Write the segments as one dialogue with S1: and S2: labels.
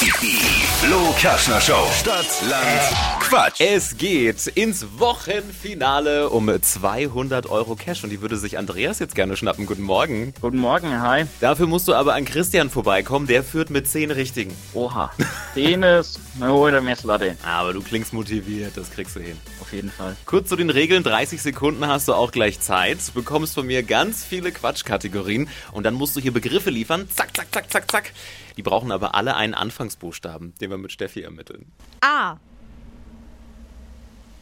S1: Die Flo Kaschner Show. Stadt, Land, Quatsch.
S2: Es geht ins Wochenfinale um 200 Euro Cash und die würde sich Andreas jetzt gerne schnappen. Guten Morgen.
S3: Guten Morgen, hi.
S2: Dafür musst du aber an Christian vorbeikommen, der führt mit 10 Richtigen.
S3: Oha. Dennis, oder Messlatte.
S2: Aber du klingst motiviert, das kriegst du hin.
S3: Auf jeden Fall.
S2: Kurz zu den Regeln, 30 Sekunden hast du auch gleich Zeit, bekommst von mir ganz viele Quatschkategorien und dann musst du hier Begriffe liefern. Zack, zack, zack, zack, zack. Die brauchen aber alle einen Anfangsbuchstaben, den wir mit Steffi ermitteln.
S4: A.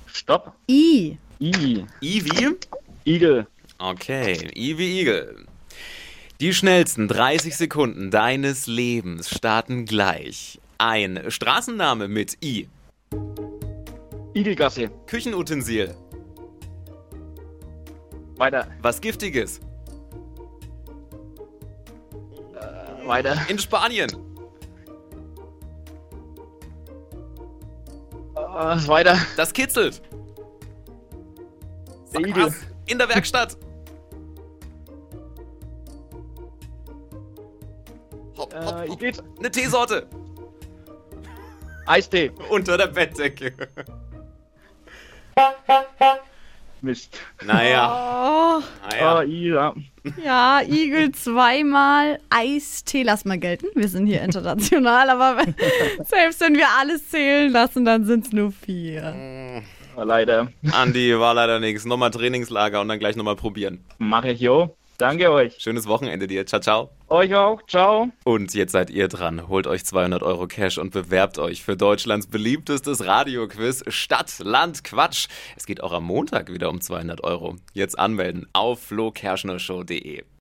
S3: Stopp.
S4: I.
S3: I.
S2: I wie?
S3: Igel.
S2: Okay, I wie Igel. Die schnellsten 30 Sekunden deines Lebens starten gleich. Ein Straßenname mit I.
S3: Igelgasse.
S2: Küchenutensil.
S3: Weiter.
S2: Was Giftiges.
S3: Weiter.
S2: In Spanien.
S3: Äh, weiter.
S2: Das kitzelt.
S3: Der Igel.
S2: Was? In der Werkstatt. Hopp,
S3: Äh,
S2: hopp, hopp.
S3: Igel.
S2: Eine Teesorte.
S3: Eistee.
S2: Unter der Bettdecke.
S3: Mist.
S2: Naja.
S4: Oh,
S3: Ah,
S2: naja.
S3: I, ja.
S4: ja, Igel zweimal. Eistee lass mal gelten. Wir sind hier international, aber selbst wenn wir alles zählen lassen, dann sind es nur vier.
S3: Ah, Leider.
S2: Andi war leider nichts. Nochmal Trainingslager und dann gleich nochmal probieren.
S3: Mache ich, jo. Danke euch.
S2: Schönes Wochenende dir. Ciao, ciao.
S3: Euch auch. Ciao.
S2: Und jetzt seid ihr dran. Holt euch 200 Euro Cash und bewerbt euch für Deutschlands beliebtestes Radioquiz Stadt, Land, Quatsch. Es geht auch am Montag wieder um 200 Euro. Jetzt anmelden auf flokerschnershow.de.